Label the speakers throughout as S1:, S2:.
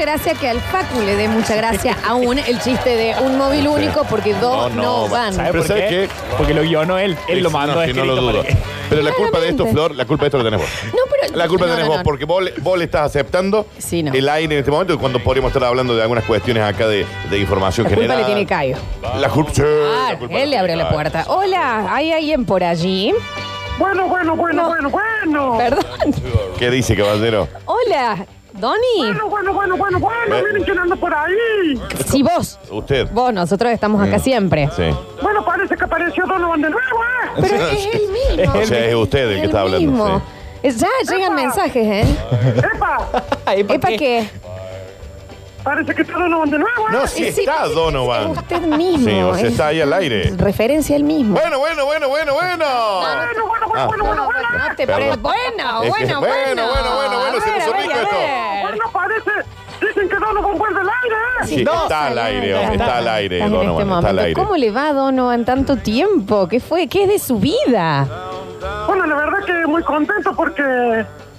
S1: gracia que al Facu le dé mucha gracia aún el chiste de un móvil único porque dos
S2: No,
S1: no,
S2: no,
S1: van.
S2: ¿sabes?
S3: Pero
S2: por
S3: ¿sabes
S2: qué?
S3: qué?
S2: Porque lo guionó él. Él lo mandó
S3: no,
S2: a
S3: sí, no lo
S2: escrito
S3: dudo.
S2: para que-
S3: Pero la culpa de esto,
S1: Claramente.
S3: Flor, la culpa de esto la tenés vos.
S1: No, pero
S3: La culpa
S1: no,
S3: la tenés
S1: no,
S3: vos,
S1: no.
S3: porque vos le, vos le estás aceptando
S1: Sí, no.
S3: el aire en este momento cuando podríamos estar hablando de algunas cuestiones acá de, de información
S1: La culpa
S3: general.
S1: le tiene Cayo.
S3: La culpa, sí, la
S1: Claro,
S3: culpa
S1: él le
S3: tiene
S1: abrió la
S3: Caio.
S1: puerta. Hola, ¿hay alguien por allí?
S4: Bueno, bueno, bueno,
S1: No.
S4: bueno, bueno.
S1: Perdón.
S3: ¿Qué dice, caballero?
S1: Hola, Donny.
S4: Bueno, bueno, bueno, bueno, bueno.
S3: Eh.
S4: Miren quién anda por ahí.
S1: Si vos,
S3: Usted.
S1: vos, nosotros estamos acá siempre.
S3: Mm. Sí.
S4: Bueno, parece que apareció Donovan de nuevo, ¿eh?
S1: Pero es el mismo.
S3: O sea, es usted el que
S1: El
S3: está hablando.
S1: mismo.
S3: sí.
S1: Es- Ya llegan
S4: Epa.
S1: mensajes, ¿eh?
S4: ¡Epa!
S2: Ay, ¿por
S1: ¿Es para
S2: qué?
S1: qué?
S4: Parece que está Donovan de nuevo, ¿eh?
S3: No, sí, está Donovan.
S1: Es usted mismo.
S3: Sí, o sea,
S1: es
S3: está ahí al aire.
S1: Referencia al mismo.
S3: Bueno, bueno, bueno, bueno, bueno.
S4: Bueno, bueno, bueno,
S3: Ah.
S4: bueno, bueno, bueno. ¿eh?
S1: No te pones.
S3: Perdón.
S1: Bueno,
S3: Es que-
S1: bueno, bueno.
S3: bueno, bueno, bueno, bueno,
S1: A
S3: se
S1: ver,
S3: puso
S1: a ver,
S3: rico
S1: a
S3: esto.
S1: ver.
S4: Bueno, parece. Dicen que Donovan vuelve al aire, ¿eh?
S3: Sí, está al aire, hombre, está al aire,
S1: Estás en este
S3: Donovan, está al
S1: momento.
S3: aire.
S1: ¿Cómo le va a Donovan tanto tiempo? ¿Qué fue? ¿Qué es de su vida?
S4: Bueno, la verdad que muy contento porque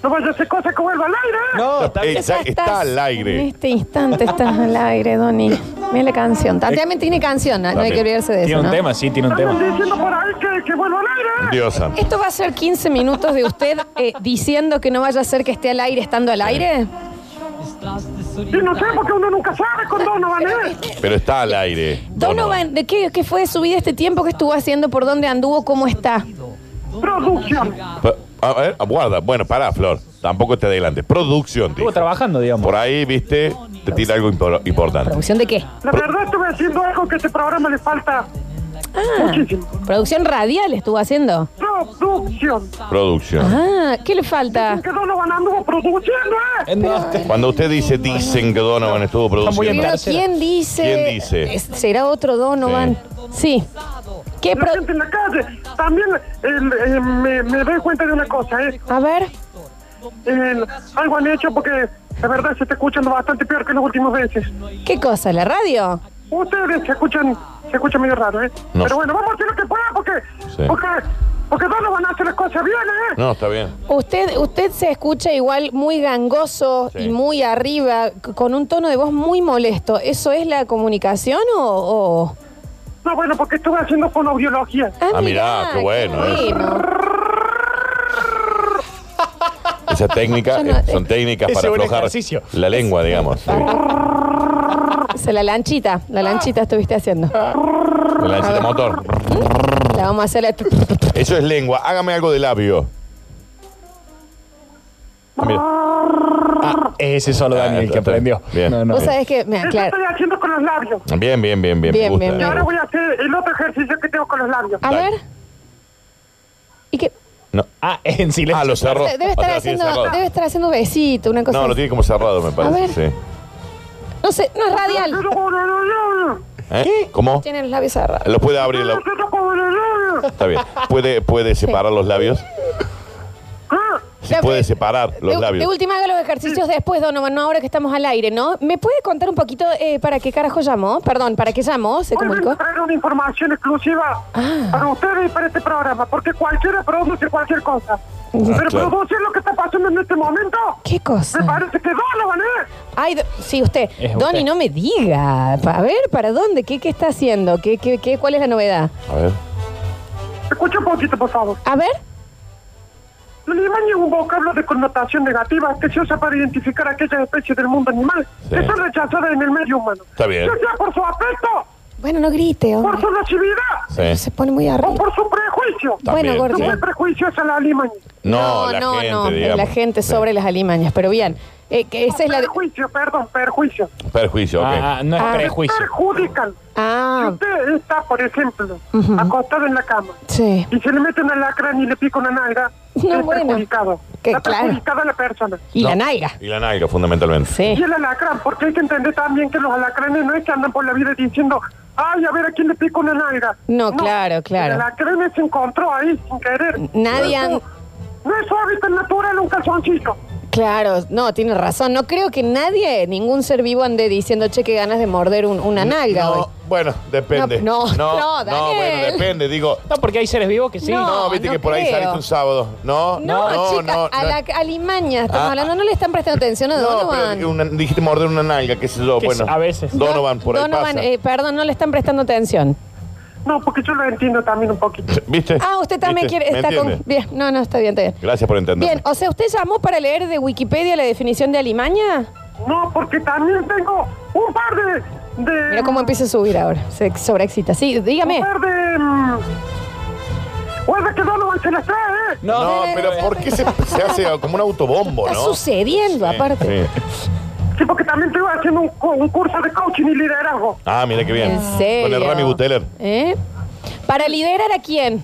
S4: no vaya a ser cosa que vuelva al aire, ¿eh?
S2: No, está bien.
S3: Exacto,
S1: Ya
S3: está
S1: estás-
S3: al
S1: En
S3: aire.
S1: este instante estás al aire, Doni. Mira la canción. También tiene canción, ¿eh? no, No hay que
S3: También.
S1: olvidarse de
S2: Tiene
S1: eso.
S2: un
S1: ¿no?
S2: tema, sí, tiene un
S4: Andan
S2: tema.
S4: diciendo por ahí que, que vuelva al aire, ¿eh?
S3: Dios santo.
S1: ¿Esto va a ser 15 minutos de usted eh, diciendo que no vaya a ser que esté al aire estando al aire?
S4: Y no sé, porque uno nunca sabe con Donovan, ¿eh?
S3: Pero está al aire.
S1: Donovan, ¿de qué, qué fue de su vida este tiempo que estuvo haciendo? ¿Por dónde anduvo? ¿Cómo está?
S4: Producción.
S3: Pa- A ver, aguarda. Bueno, pará, Flor. Tampoco te adelantes. Producción,
S2: Estuvo
S3: dijo.
S2: trabajando, digamos.
S3: Por ahí, viste, te tira algo impor- importante.
S1: ¿Producción de qué?
S4: La verdad estuve haciendo algo que a este programa le falta
S1: Ah.
S4: muchísimo.
S1: ¿Producción radial estuvo haciendo?
S4: Producción.
S3: Producción.
S1: Ah, ¿qué le falta?
S4: Que Donovan anduvo produciendo, ¿eh?
S2: Eh, no, te-
S3: Cuando usted dice, dicen que Donovan estuvo
S2: muy
S3: produciendo.
S1: Pero
S2: tercera.
S1: ¿quién dice?
S3: ¿Quién dice?
S1: Es- ¿Será otro Donovan? Sí. ¿Qué
S4: La
S1: pro-
S4: gente en la calle. También eh, eh, me, me doy cuenta de una cosa, ¿eh?
S1: A ver.
S4: Eh, Algo han hecho porque la verdad se está escuchando bastante peor que las últimas veces.
S1: ¿Qué cosa? ¿La radio?
S4: Ustedes se escuchan, se escuchan medio raro, ¿eh?
S3: No.
S4: Pero bueno, vamos a hacer lo que pueda porque,
S3: Sí.
S4: porque, porque Donovan hace las cosas bien, ¿eh?
S3: No, está bien.
S1: Usted, usted se escucha igual muy gangoso
S3: Sí.
S1: y muy arriba, c- con un tono de voz muy molesto. ¿Eso es la comunicación o...? o-
S4: No, bueno, porque estuve haciendo fonobiología.
S3: Ah, mirá, qué bueno, eh. Esa técnica,
S1: Yo no-
S3: eh, son técnicas
S2: Ese
S3: para
S2: buen
S3: aflojar
S2: ejercicio.
S3: la lengua, digamos. Sí.
S1: O sea, la lanchita, la lanchita estuviste haciendo.
S3: La lancita motor.
S1: La vamos a hacer... la-
S3: Eso es lengua. Hágame algo de labio. Ah, mira.
S2: Ah, ese solo
S3: Ah,
S2: Daniel que
S3: está bien.
S2: aprendió.
S3: Bien.
S2: No, no.
S1: Vos sabés que... Mira,
S3: Ah,
S4: Eso
S1: claro.
S4: estoy haciendo con los labios.
S3: Bien, bien, bien,
S1: Bien,
S3: bien. me gusta.
S1: bien,
S4: Y ahora
S1: bien.
S4: voy a hacer el otro ejercicio que tengo con los labios.
S1: A
S3: Dale.
S1: ver. ¿Y qué?
S3: No.
S2: Ah, en silencio.
S3: Ah, lo cerró.
S1: Debe
S3: O sea,
S1: estar,
S3: lo tiene
S1: haciendo,
S3: cerrado.
S1: debe estar haciendo un besito, una cosa.
S3: No, lo
S1: así.
S3: tiene como cerrado, me
S1: ver.
S3: parece. sí.
S1: No sé, no es radial.
S3: ¿Eh? ¿Cómo?
S1: Tiene los labios cerrados.
S3: Lo puede abrir.
S1: Ah.
S3: la- Está bien. ¿Puede, puede separar los labios?
S4: Ah,
S3: Sí,
S1: Ya,
S3: puede
S1: pero-
S3: separar los
S1: de, de
S3: labios.
S1: última haga los ejercicios después, Donovan, no ahora que estamos al aire, ¿no? ¿Me puede contar un poquito eh, para qué carajo llamó? Perdón, ¿para qué llamó? ¿Se
S4: Hoy vengo a
S1: comunicó?
S4: traer una información exclusiva
S3: Ah.
S4: para ustedes y para este programa, porque cualquiera produce cualquier cosa. Pero
S3: Ah, claro. Ah.
S4: producir lo que está pasando en este momento,
S1: ¿Qué
S4: me
S1: cosa?
S4: parece que Donovan, ¿eh?
S1: Ay, do- sí, usted.
S2: Es usted.
S1: Donny, no me diga. Pa- A ver, ¿para dónde? ¿Qué, qué está haciendo? ¿Qué, qué, qué, ¿Cuál es la novedad?
S3: A ver.
S4: Escucha un poquito, por favor.
S1: A ver.
S4: La limaña es un vocablo de connotación negativa que se usa para identificar aquellas especies del mundo animal que
S3: Sí.
S4: son rechazadas en el medio humano.
S3: Está bien.
S4: Ya sea por su aspecto,
S1: Bueno, no grite,
S4: por
S1: hombre.
S4: su nocividad
S3: Sí.
S1: Se pone muy
S4: o
S1: arriba.
S4: por su prejuicio.
S3: Eh. También,
S1: bueno, gordo.
S4: Es
S3: sí.
S4: muy prejuiciosa la limaña.
S3: No, la
S1: no,
S3: gente,
S1: no,
S3: digamos.
S1: la gente sobre las alimañas. Pero bien, eh, que esa es la... de-
S4: Perjuicio, perdón, perjuicio.
S3: Perjuicio, ok.
S2: Ah, ah, no es
S1: Ah.
S2: prejuicio.
S4: Perjudican. Si
S1: Ah,
S4: usted está, por ejemplo, acostado en la cama
S1: sí.
S4: y se le mete una lacra y le pica una nalga,
S1: No,
S4: es
S1: bueno.
S4: perjudicado.
S1: Que
S4: Está
S1: claro.
S4: perjudicada la persona.
S1: Y
S3: No.
S1: la nalga.
S3: Y la nalga, fundamentalmente.
S1: Sí.
S4: Y el alacrán, porque hay que entender también que los alacranes no es que andan por la vida diciendo, ay, a ver a quién le pico una nalga.
S1: No, claro, claro.
S4: El alacrán se encontró ahí sin querer.
S1: Nadie
S4: No es
S1: an-
S4: su- No es su hábitat natural un calzoncillo.
S1: Claro, no, tiene razón. No creo que nadie, ningún ser vivo ande diciendo, che, que ganas de morder un- una nalga hoy.
S3: No, Bueno, depende.
S1: No, no, no,
S3: no, bueno,
S1: Daniel.
S3: depende. Digo,
S2: No, porque hay seres vivos que sí.
S1: No.
S3: no, viste
S1: no
S3: que por ahí
S1: creo.
S3: saliste un sábado. No,
S1: No,
S3: no, no,
S1: chica,
S3: no.
S1: a la a Alimaña estamos
S3: Ah,
S1: hablando, no le están prestando atención a
S3: No,
S1: Donovan.
S3: pero una- dijiste morder una nalga, qué sé yo.
S2: Que
S3: bueno,
S2: a veces.
S3: Donovan por ahí
S1: Donovan,
S3: pasa.
S1: eh, perdón, no le están prestando atención.
S4: No, porque yo lo entiendo también un poquito.
S3: ¿Viste?
S1: Ah, usted también
S3: ¿Viste?
S1: quiere.
S3: ¿Me
S1: Está con,
S3: entiende?
S1: bien, no, no, está bien, está bien.
S3: Gracias por entender.
S1: Bien, o sea, ¿usted llamó para leer de Wikipedia la definición de alimaña?
S4: No, porque también tengo un par de... de
S1: Mira cómo empieza a subir ahora. Se sobreexcita. Sí, dígame.
S4: Un par de... mm, Guarda que Donovan se las trae, ¿eh?
S3: No, pero ¿por qué se, se hace como un autobombo,
S1: Está
S3: no?
S1: sucediendo, aparte.
S3: Sí.
S4: Sí, porque también estoy haciendo un, co- un curso de coaching y liderazgo.
S3: Ah, mira qué bien.
S1: En serio.
S3: Con el Rami Buteler.
S1: ¿Eh? ¿Para liderar a quién?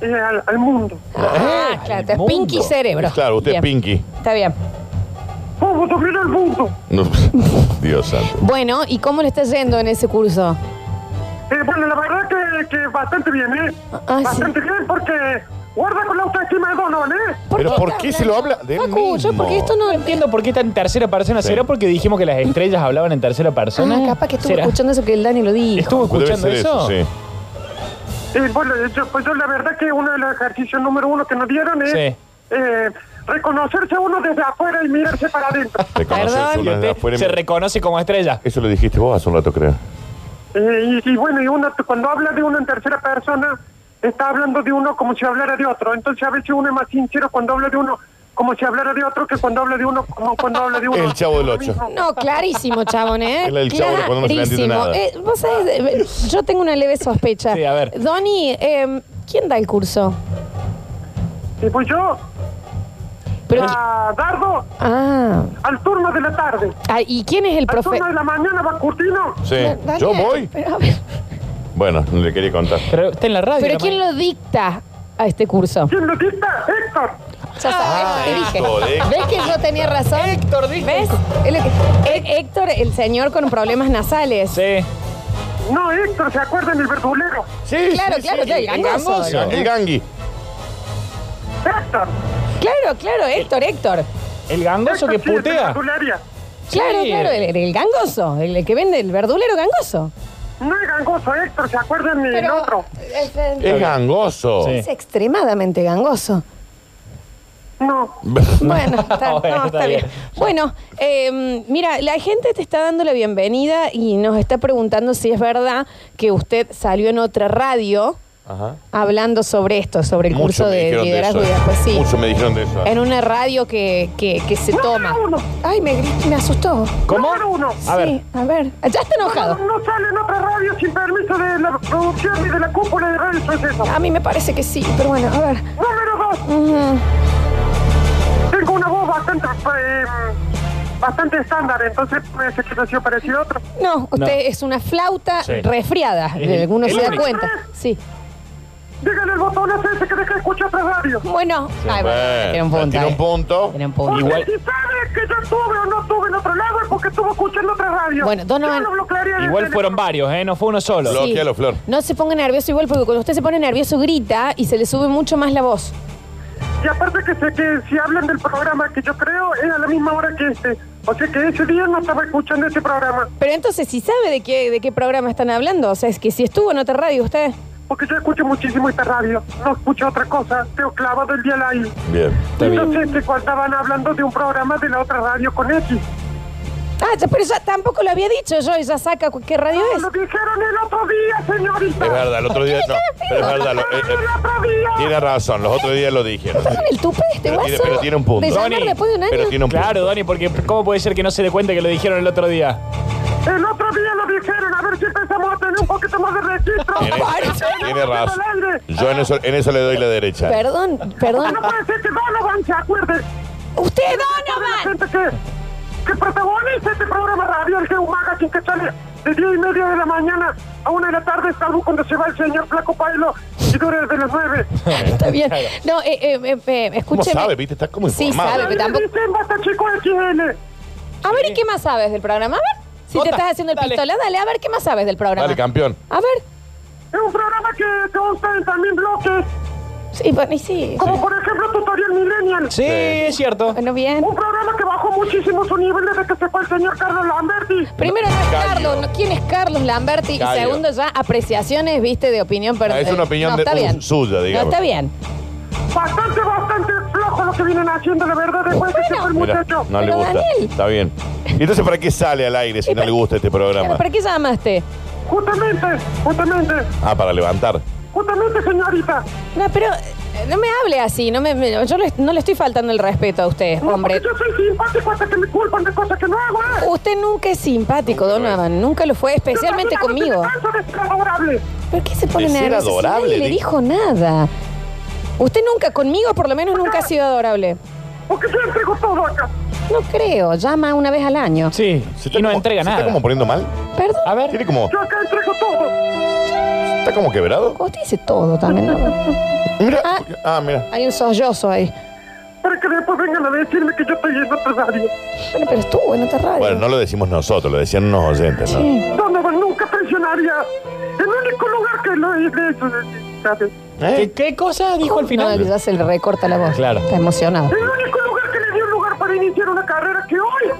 S4: eh, al, al mundo.
S1: Ah, claro, es
S2: mundo.
S1: Pinky Cerebro.
S3: Claro, usted
S1: Bien.
S3: es Pinky.
S1: Está bien.
S4: ¿Cómo sufrir al mundo?
S3: No, Dios santo.
S1: Bueno, ¿y cómo le está yendo en ese curso?
S4: Eh, bueno, la verdad que, que bastante bien, ¿eh?
S1: Ah, sí.
S4: bastante bien porque guarda con la autoestima de Donovan, ¿eh?
S3: ¿Pero por
S1: está
S3: qué se lo habla de él
S1: Facu, yo
S3: mismo?
S1: porque esto
S2: No
S1: no...
S2: entiendo por qué está en tercera persona.
S3: Sí.
S2: ¿Será porque dijimos que las estrellas hablaban en tercera persona?
S1: Ah, capaz que estuvo
S2: ¿Será?
S1: escuchando eso que el Dani lo dijo.
S2: ¿Estuvo
S3: Debe
S2: escuchando
S3: ser
S2: eso?
S3: Sí.
S4: Eh, bueno, yo, pues yo la verdad que uno de los ejercicios número uno que nos dieron es
S2: Sí.
S4: eh, reconocerse uno desde afuera y mirarse para adentro.
S3: Te conoces
S2: Perdón.
S3: una
S2: Y
S3: de
S2: usted
S3: afuera y-
S2: se reconoce como estrella.
S3: Eso lo dijiste vos hace un rato, creo.
S4: Eh, y, y bueno, y uno cuando habla de uno en tercera persona, está hablando de uno como si hablara de otro. Entonces a veces uno es más sincero cuando habla de uno como si hablara de otro que cuando habla de uno como cuando habla
S2: Ah,
S4: de uno.
S3: El Chavo del Ocho.
S1: No, clarísimo, chabón, ¿eh?
S3: Él es el chabón, cuando no se le entiende nada.
S1: Eh, vos sabés, eh, yo tengo una leve sospecha.
S2: Sí, a ver.
S1: Donny, eh, ¿quién da el curso?
S4: Y pues yo,
S1: Pero,
S4: a Dardo,
S1: ah,
S4: al turno de la tarde.
S1: ah, ¿y quién es el
S4: Al
S1: profe?
S4: turno de la mañana va Curtino.
S3: Sí.
S1: Daniel,
S3: Yo voy.
S1: Pero, a ver,
S3: Bueno, no le quería contar.
S2: Pero está en la radio.
S1: ¿pero
S2: la
S1: ¿quién
S2: ma-
S1: lo dicta a este curso?
S4: ¿Quién lo dicta? Héctor.
S1: Ya sabes, te dije.
S3: Ah, Héctor, Héctor.
S1: ¿Ves que yo tenía razón? Héctor, dijo. ¿Ves? Él es- Hé- Héctor, el señor con problemas nasales.
S2: Sí.
S4: No, Héctor, ¿se acuerdan el verdulero?
S3: Sí,
S1: Claro, claro, ya, el gangoso.
S3: El gangui.
S4: Héctor.
S1: Claro, claro, Héctor, Héctor.
S2: El gangoso que
S4: Héctor, sí, el de la
S2: putea.
S4: verdulería.
S1: Claro,
S2: Sí.
S1: claro, el, el gangoso, el, el que vende, el verdulero gangoso.
S4: No es gangoso, Héctor, ¿se acuerdan del otro?
S1: Es, es-
S3: Es gangoso.
S2: Sí.
S1: es extremadamente gangoso.
S4: No.
S1: Bueno, está, no,
S2: Bueno,
S1: está
S2: está
S1: bien.
S2: bien.
S1: Bueno, eh, mira, la gente te está dando la bienvenida y nos está preguntando si es verdad que usted salió en otra radio
S3: Ajá.
S1: hablando sobre esto, sobre el
S3: Mucho
S1: curso
S3: me
S1: de
S3: dijeron de
S1: liderazgo
S3: eso.
S1: y después sí.
S3: Mucho me dijeron de eso.
S1: En una radio que, que, que se toma.
S4: no, no.
S1: Ay, me, grit- me asustó.
S2: ¿Cómo?
S4: Número uno.
S2: A ver.
S1: Sí, a ver. Ya está
S4: No,
S1: enojado.
S4: no sale en otra radio sin permiso de la producción ni de la cúpula de Radio Suceso.
S1: A mí me parece que sí, pero bueno, a ver.
S4: Número dos. Tengo una voz bastante... eh, bastante estándar, entonces pues, se quedó así parecido a otro.
S1: No, usted
S2: No.
S1: es una flauta
S2: Sí.
S1: resfriada.
S2: Es
S1: Alguno
S2: el
S1: se da
S2: único.
S1: cuenta. Sí.
S4: Dígale el botón a ese que deja de escuchar otra radio.
S1: Bueno, ay, bueno, tiene un punto.
S3: Tiene
S1: eh.
S3: un punto.
S1: Tiene un punto.
S4: Porque
S2: Igual-
S4: si sabe que yo estuve o no estuve en otro lado es porque estuvo escuchando otra radio.
S1: Bueno, Donovan-
S4: Yo lo bloquearía del
S2: Igual
S4: teléfono.
S2: fueron varios, ¿eh? No fue uno solo.
S3: Lo- Bloquealo, Flor.
S1: No se ponga nervioso igual porque cuando usted se pone nervioso grita y se le sube mucho más la voz.
S4: Y aparte que sé que si hablan del programa que yo creo es a la misma hora que este. O sea que ese día no estaba escuchando ese programa.
S1: Pero entonces, si sabe de qué, de qué programa están hablando, o sea, es que si estuvo en otra radio usted.
S4: Porque yo escucho muchísimo esta radio. No escucho otra cosa. Tengo clavado el día ahí.
S3: Bien.
S2: Está bien.
S4: no sé que este, cuando estaban hablando de un programa de la otra radio con X.
S1: Ah, ya, pero ya tampoco lo había dicho yo y ya saca cu- qué radio
S4: No,
S1: es.
S4: lo dijeron el otro día, señorita.
S3: Es verdad, el otro día no. Pero es verdad. lo- eh,
S4: Dijeron el
S3: eh,
S4: otro día.
S3: tiene razón, los otros días lo dijeron.
S1: ¿Saben el tupé de este
S3: Pero tiene,
S1: guaso?
S3: pero tiene un punto.
S1: De llamar
S2: Doni,
S1: después de un año.
S3: Pero tiene un punto.
S2: Claro, Dani, porque ¿cómo puede ser que no se dé cuenta que lo dijeron el otro día?
S4: El otro día lo dijeron. A ver si empezamos a tener un poquito más de registro.
S3: Tiene, tiene razón. Yo en eso, en eso le doy la derecha.
S1: Perdón, perdón.
S4: Ah, No puede ser que Donovan se acuerde.
S1: ¡Usted,
S4: la
S1: Donovan!
S4: gente que, que protagoniza este programa radio, el que es un magazine que sale de 10 y media de la mañana a 1 de la tarde, salvo cuando se va el señor Flaco Pailo y dura desde las 9.
S1: Está bien. No, eh, eh, eh, eh,
S3: ¿Cómo
S1: escúcheme.
S3: sabe, viste? Estás como
S1: Sí,
S3: informado.
S1: sabe, pero tampoco-
S4: Dicen basta chico XL.
S1: A ver, ¿y qué más sabes del programa? A ver, si te
S2: Jota,
S1: estás haciendo el
S2: dale.
S1: pistola, dale, a ver, ¿qué más sabes del programa?
S3: Dale, campeón.
S1: A ver.
S4: Es un programa que consta en también bloques,
S1: Sí, bueno, y sí.
S4: como por ejemplo Tutorial Millennial.
S2: Sí, es cierto.
S1: Bueno, bien.
S4: Un programa que bajó muchísimo su nivel desde que se fue el señor Carlos Lamberti.
S1: Primero no es
S3: Calio.
S1: Carlos, no- ¿quién es Carlos Lamberti? Y
S3: Calio.
S1: segundo ya apreciaciones, viste, de opinión pero
S3: Ah, es una opinión de- un- suya, digamos.
S1: No está bien.
S4: Bastante, bastante flojo lo que vienen haciendo, la verdad, después que se fue el
S3: Mira,
S4: muchacho.
S3: no le
S1: Pero,
S3: gusta.
S1: Daniel.
S3: Está bien. ¿Y entonces para qué sale al aire si no le gusta este programa?
S1: ¿Para qué llamaste?
S4: Justamente, justamente,
S3: Ah, para levantar.
S4: justamente, señorita.
S1: No, pero eh, no me hable así, no me, me- yo le- no le estoy faltando el respeto a usted,
S4: No,
S1: hombre.
S4: porque yo soy simpático hasta que me culpan de cosas que no hago, ¿eh?
S1: Usted nunca es simpático,
S3: Nunca lo
S1: Donovan, nunca lo fue, especialmente
S4: Yo también
S1: conmigo.
S4: me canso de ser adorable.
S1: ¿Por qué se pone
S3: De ser
S1: nervioso? Si
S3: adorable,
S1: nadie le
S3: dijo.
S1: dijo nada. Usted nunca, conmigo por lo menos nunca ha sido adorable.
S4: Porque yo entrego todo acá.
S1: No creo, llama una vez al año.
S2: Sí,
S3: Se está
S2: y no
S3: como-
S2: entrega
S3: se
S2: nada.
S3: Está como poniendo mal.
S1: Perdón.
S2: A ver.
S3: Tiene como.
S4: Yo acá entrego todo.
S3: Está como quebrado.
S1: Usted dice todo también, ¿no?
S3: Mira.
S1: Ah.
S3: Ah, mira.
S1: Hay un sollozo ahí.
S4: Para que después vengan a decirme que yo estoy en otra radio.
S1: Bueno, pero estuvo en otra radio.
S3: Bueno, no lo decimos nosotros, lo decían unos oyentes, ¿no?
S1: Sí.
S4: Donovan nunca presionaría. El único lugar que lo es de eso, ¿sabes?
S2: ¿Qué,
S3: ¿Eh?
S2: qué cosa dijo al
S1: No,
S2: final?
S1: Ah, ya se le recorta la voz.
S2: Claro.
S1: Está emocionado.
S4: El único lugar que le dio lugar para iniciar una carrera que hoy,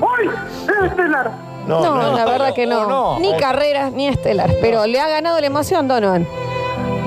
S4: hoy, es estelar.
S1: No, la
S3: está
S1: verdad
S3: bien.
S1: que no.
S2: O no.
S1: Ni
S2: O-
S1: carreras, ni estelar. Pero le ha ganado la emoción, Donovan.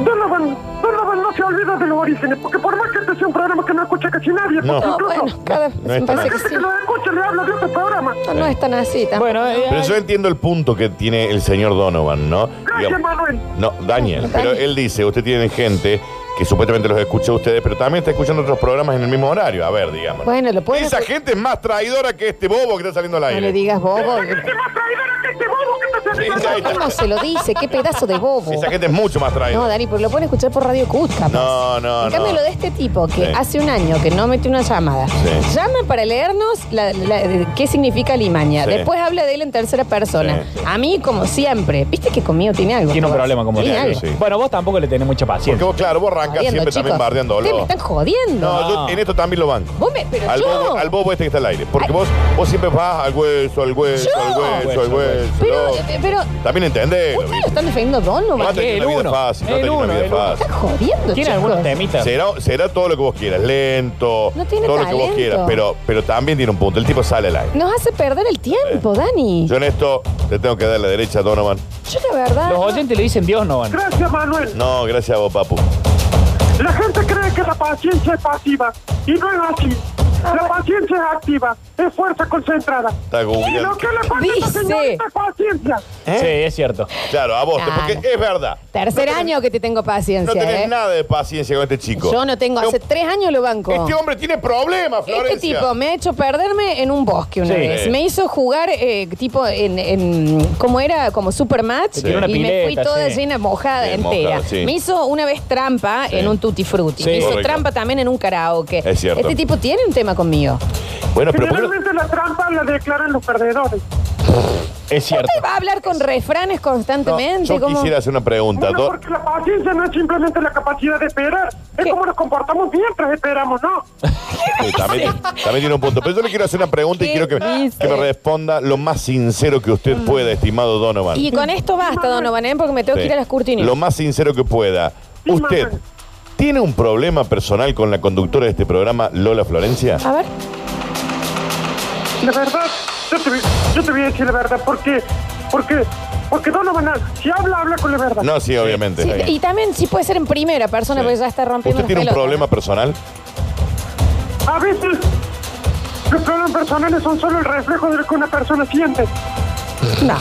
S4: Donovan, Donovan no se olvida de los orígenes, porque por más que este sea un programa que no escucha casi nadie,
S3: No.
S4: porque
S1: No,
S4: incluso
S1: bueno, cada vez
S3: No es
S1: me parece
S4: la
S1: que
S4: gente
S1: sí.
S4: que lo escucha le habla de otro programa.
S1: No, no es tan así tampoco.
S2: Bueno, eh,
S3: Pero yo entiendo el punto que tiene el señor Donovan, ¿no?
S4: Gracias,
S3: Digamos-
S4: Manuel.
S3: No, Daniel. Pero él dice, usted tiene gente que supuestamente los escucha a ustedes, pero también está escuchando otros programas en el mismo horario. A ver, digamos.
S1: Bueno, lo pueden
S3: Esa
S1: escu-
S3: gente es más traidora que este bobo que está saliendo al
S1: No
S3: aire.
S1: le digas bobo.
S4: ¡Qué más traidora que este bobo que está haciendo
S3: Sí,
S4: la
S3: ahí está.
S1: ¿Cómo se lo dice? ¿Qué pedazo de bobo?
S3: Esa gente es mucho más
S1: No,
S3: traidora.
S1: Dani, porque lo pueden escuchar por Radio Cut, capaz.
S3: No, no,
S1: En cambio,
S3: no.
S1: lo de este tipo, que
S3: Sí.
S1: hace un año que no metió una llamada,
S3: Sí.
S1: llama para leernos la- la- de- qué significa limaña.
S3: Sí.
S1: Después habla de él en tercera persona.
S3: Sí, sí.
S1: A mí, como siempre, viste que conmigo tiene algo.
S2: eh, tiene un
S1: Tomás?
S2: problema como
S1: Tiene
S3: Sí,
S2: usted.
S1: algo.
S3: sí.
S2: Bueno, vos tampoco le tenés mucha
S3: Porque
S2: paciencia.
S3: vos, claro, vos arrancás
S1: Jodiendo,
S3: siempre también
S1: chicos. Ustedes me
S3: bardeándolo.
S1: están jodiendo.
S3: No, yo en esto también lo banco.
S1: Vos me- pero
S3: Al
S1: yo-
S3: bobo, al bobo este que está al aire. Porque vos, vos siempre vas al hueso, al hueso,
S1: Yo.
S3: al hueso, al
S2: Hueso,
S3: hueso.
S1: Pero,
S3: loco.
S1: eh, pero
S3: También entendés.
S1: ustedes lo están defendiendo a Donovan.
S3: No
S1: Me
S2: Mate.
S3: tenés
S2: El
S3: una vida
S2: uno.
S3: fácil, no
S2: El
S3: tenés una
S2: uno,
S3: vida
S2: el uno.
S3: fácil.
S1: Están jodiendo,
S2: Tiene
S1: chicos.
S2: algunos temitas.
S3: Será, será todo lo que vos quieras, lento,
S1: No tiene
S3: todo lo que
S1: talento.
S3: vos quieras, pero, pero también tiene un punto. El tipo sale al aire.
S1: Nos hace perder el tiempo, Dani.
S3: Yo en esto te tengo que dar la derecha, Donovan.
S1: Yo, la verdad.
S2: Los
S1: no-
S2: oyentes le dicen Dios no van.
S4: Gracias, Manuel.
S3: No, gracias a vos, papu.
S4: La gente cree que la paciencia es pasiva y no es así. La paciencia es activa, es fuerza concentrada.
S3: Está
S4: Y
S3: googleando.
S4: lo que le falta a esta
S1: Dice.
S4: señorita es paciencia.
S3: ¿Eh?
S2: Sí, es cierto.
S3: Claro, a vos,
S1: Claro.
S3: porque es verdad.
S1: Tercer año que te tengo
S3: No
S1: paciencia,
S3: tenés
S1: ¿eh?
S3: nada de paciencia con este chico.
S1: Yo no tengo, hace tres años lo banco.
S3: Este hombre tiene problemas, Florencia.
S1: Este tipo me ha hecho perderme en un bosque una
S2: Sí.
S1: vez.
S3: Sí.
S1: Me hizo jugar eh, tipo en, en ¿cómo era? Como supermatch.
S2: Se tiró una
S1: y me
S2: pileta,
S1: fui toda
S2: sí.
S1: llena, mojada
S3: Bien,
S1: entera.
S3: mojada, sí.
S1: Me hizo una vez trampa
S3: Sí.
S1: en un tutti frutti.
S2: Sí.
S1: Me hizo
S3: Correcto.
S1: trampa también en un karaoke.
S3: Es cierto.
S1: Este tipo tiene un tema conmigo.
S3: Bueno, pero ¿por qué no-
S4: Generalmente la trampa la declaran los perdedores.
S2: Es cierto.
S1: Usted va a hablar con refranes
S3: no,
S1: constantemente.
S3: yo
S1: como-
S3: quisiera hacer una pregunta.
S4: Bueno,
S3: Do-
S4: porque la paciencia no es simplemente la capacidad de esperar, es
S1: ¿Qué?
S4: como nos comportamos mientras esperamos, ¿no?
S3: Sí, también, también tiene un punto. Pero yo le quiero hacer una pregunta y
S1: ¿Qué
S3: quiero que,
S1: dice? Mm.
S3: que me responda lo más sincero que usted pueda, estimado Donovan.
S1: Y con esto basta, Donovan, ¿eh? porque me tengo
S3: Sí.
S1: que ir a las cortinas.
S3: Lo más sincero que pueda.
S4: Sí,
S3: ¿Usted
S4: mamá.
S3: tiene un problema personal con la conductora de este programa, Lola Florencia?
S1: A ver.
S4: La verdad, yo te, yo te voy a decir la verdad, porque, porque, porque Donovan, si habla, habla con la verdad.
S3: No, sí, obviamente.
S1: Sí,
S3: está bien.
S1: y también sí puede ser en primera persona,
S3: Este, Sí.
S1: porque ya está rompiendo
S3: ¿Usted
S1: las
S3: tiene un
S1: pelotas.
S3: problema personal?
S4: A veces los problemas personales son solo el reflejo de lo que una persona siente.
S1: No,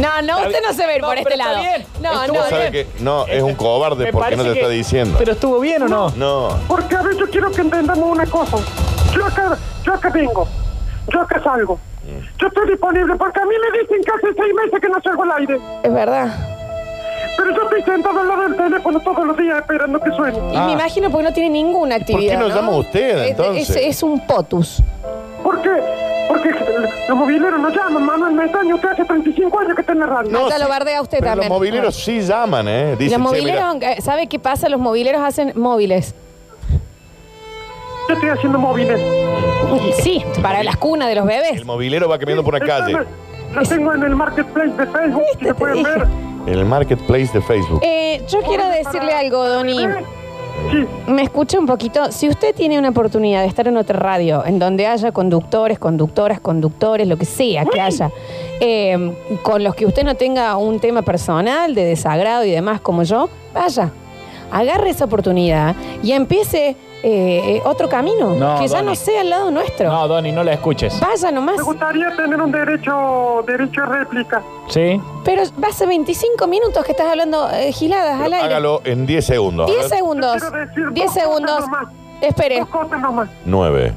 S1: no, no, usted no se ve
S2: No,
S1: por
S2: pero
S1: este
S2: está
S1: lado.
S2: bien.
S1: No,
S2: Estuvo
S1: no,
S3: ¿Vos sabés
S1: no.
S3: que no, es un cobarde
S2: Me
S3: porque no
S2: parece
S3: te
S2: que-
S3: está diciendo?
S2: Pero estuvo bien o no?
S3: No.
S4: Porque a veces yo quiero que entendamos una cosa. Yo acá, yo acá vengo, yo acá salgo. Yo estoy disponible porque a mí me dicen que hace seis meses que no salgo al aire.
S1: Es verdad.
S4: Pero yo estoy sentado al lado del teléfono todos los días esperando que suene.
S1: Y me imagino porque no tiene ninguna actividad.
S3: Ah. ¿Por qué no llama usted,
S1: Es-
S3: entonces?
S1: Es, es un potus.
S4: ¿Por qué? Porque los mobileros no llaman, Manuel Metaño. Usted hace 35 años que está en la radio.
S1: Hasta lo bardea usted
S3: pero
S1: también.
S3: Los mobileros sí llaman, ¿eh?
S1: Los
S3: Dicen, "Che, mira,
S1: mobileros, eh, ¿sabe qué pasa? Los mobileros hacen móviles.
S4: Yo estoy haciendo móviles.
S1: Sí, para las cunas de los bebés.
S3: el mobilero va caminando por una calle.
S4: Lo tengo en el marketplace de Facebook, si
S1: te
S4: lo pueden
S1: dije.
S4: ver.
S3: En el marketplace de Facebook.
S2: Ah,
S1: Eh, yo quiero decirle algo, Doni.
S4: Sí,
S1: Me escucha un poquito. Si usted tiene una oportunidad de estar en otra radio, en donde haya conductores, conductoras, conductores, lo que sea que haya, eh, con los que usted no tenga un tema personal de desagrado y demás como yo, vaya. Agarre esa oportunidad y empiece eh, eh, otro camino,
S2: No,
S1: que ya
S2: Dani.
S1: no sea al lado nuestro.
S2: No, Donny, no la escuches.
S1: Vaya nomás.
S4: me gustaría tener un derecho derecho a réplica.
S2: ¿Sí?
S1: Pero hace 25 minutos que estás hablando eh, giladas al
S3: Pero
S1: aire.
S3: hágalo en 10 segundos.
S1: 10 segundos.
S4: Te quiero decir dos
S1: 10
S4: cosas
S1: segundos.
S4: nomás.
S1: Espere.
S4: Dos cosas nomás.
S3: 9,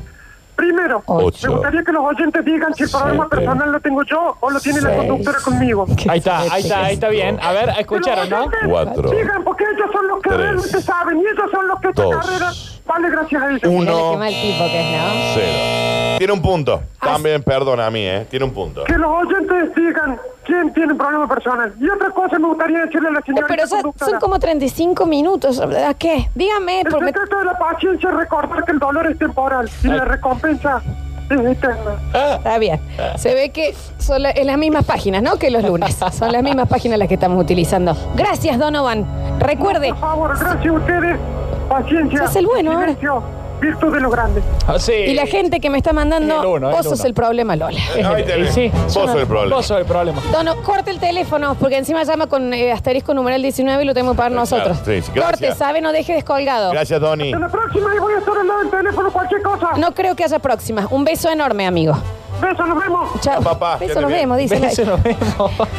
S4: Primero,
S1: Oh.
S3: Ocho.
S4: me gustaría que los oyentes digan si el programa
S3: Siete.
S4: personal lo tengo yo o lo tiene la
S3: Seis.
S4: conductora conmigo.
S2: Ahí está, ahí está, ahí está bien. A ver, escucharon,
S4: Que los
S2: ¿no?
S4: oyentes
S3: Cuatro.
S4: Digan, porque ellos son los que
S3: Tres.
S4: realmente saben y ellos son los que esta
S3: Dos.
S4: carrera vale gracias a ellos.
S3: Uno.
S1: Mira qué mal tipo que es, ¿no?
S3: 0. Tiene un punto. También, perdona a mí, ¿eh? Tiene un punto.
S4: Que los oyentes digan quién tiene un problema personal. Y otra cosa me gustaría decirle a la
S1: Eh,
S4: señora
S1: Pero son,
S4: conductora.
S1: son como 35 minutos. ¿A qué? Dígame.
S4: El
S1: por- me-
S4: secreto de la paciencia es recordar que el dolor es temporal y la recompensa es eterna.
S1: Está bien. Se ve que son la- en las mismas páginas, ¿no? Que los lunes. Son las mismas páginas las que estamos utilizando. Gracias, Donovan. Recuerde.
S4: Por favor, gracias a ustedes. Paciencia.
S1: Eh. Es el bueno, ahora.
S4: silencio, virtud de lo grande.
S2: Ah, Sí.
S1: Y la gente que me está mandando,
S2: El uno, el
S1: vos sos
S2: uno.
S1: el problema, Lola.
S3: Eh, Ahí tenés.
S2: Sí.
S3: Vos sos el problema.
S2: Vos sos el problema.
S1: Dono, corte el teléfono, porque encima llama con eh, asterisco numeral 19 y lo tenemos que pagar nosotros.
S3: sí, sí, gracias.
S1: corte, ¿sabe? No deje descolgado.
S3: Gracias, Donny.
S4: En la próxima ahí voy a estar al lado del teléfono, cualquier cosa.
S1: No creo que haya próxima. Un beso enorme, amigo.
S4: Besos, nos vemos.
S1: Chao.
S3: Chao, papá. Que
S1: Beso,
S3: andes
S1: nos
S3: bien.
S1: vemos, dice. la-
S2: Beso, nos vemos.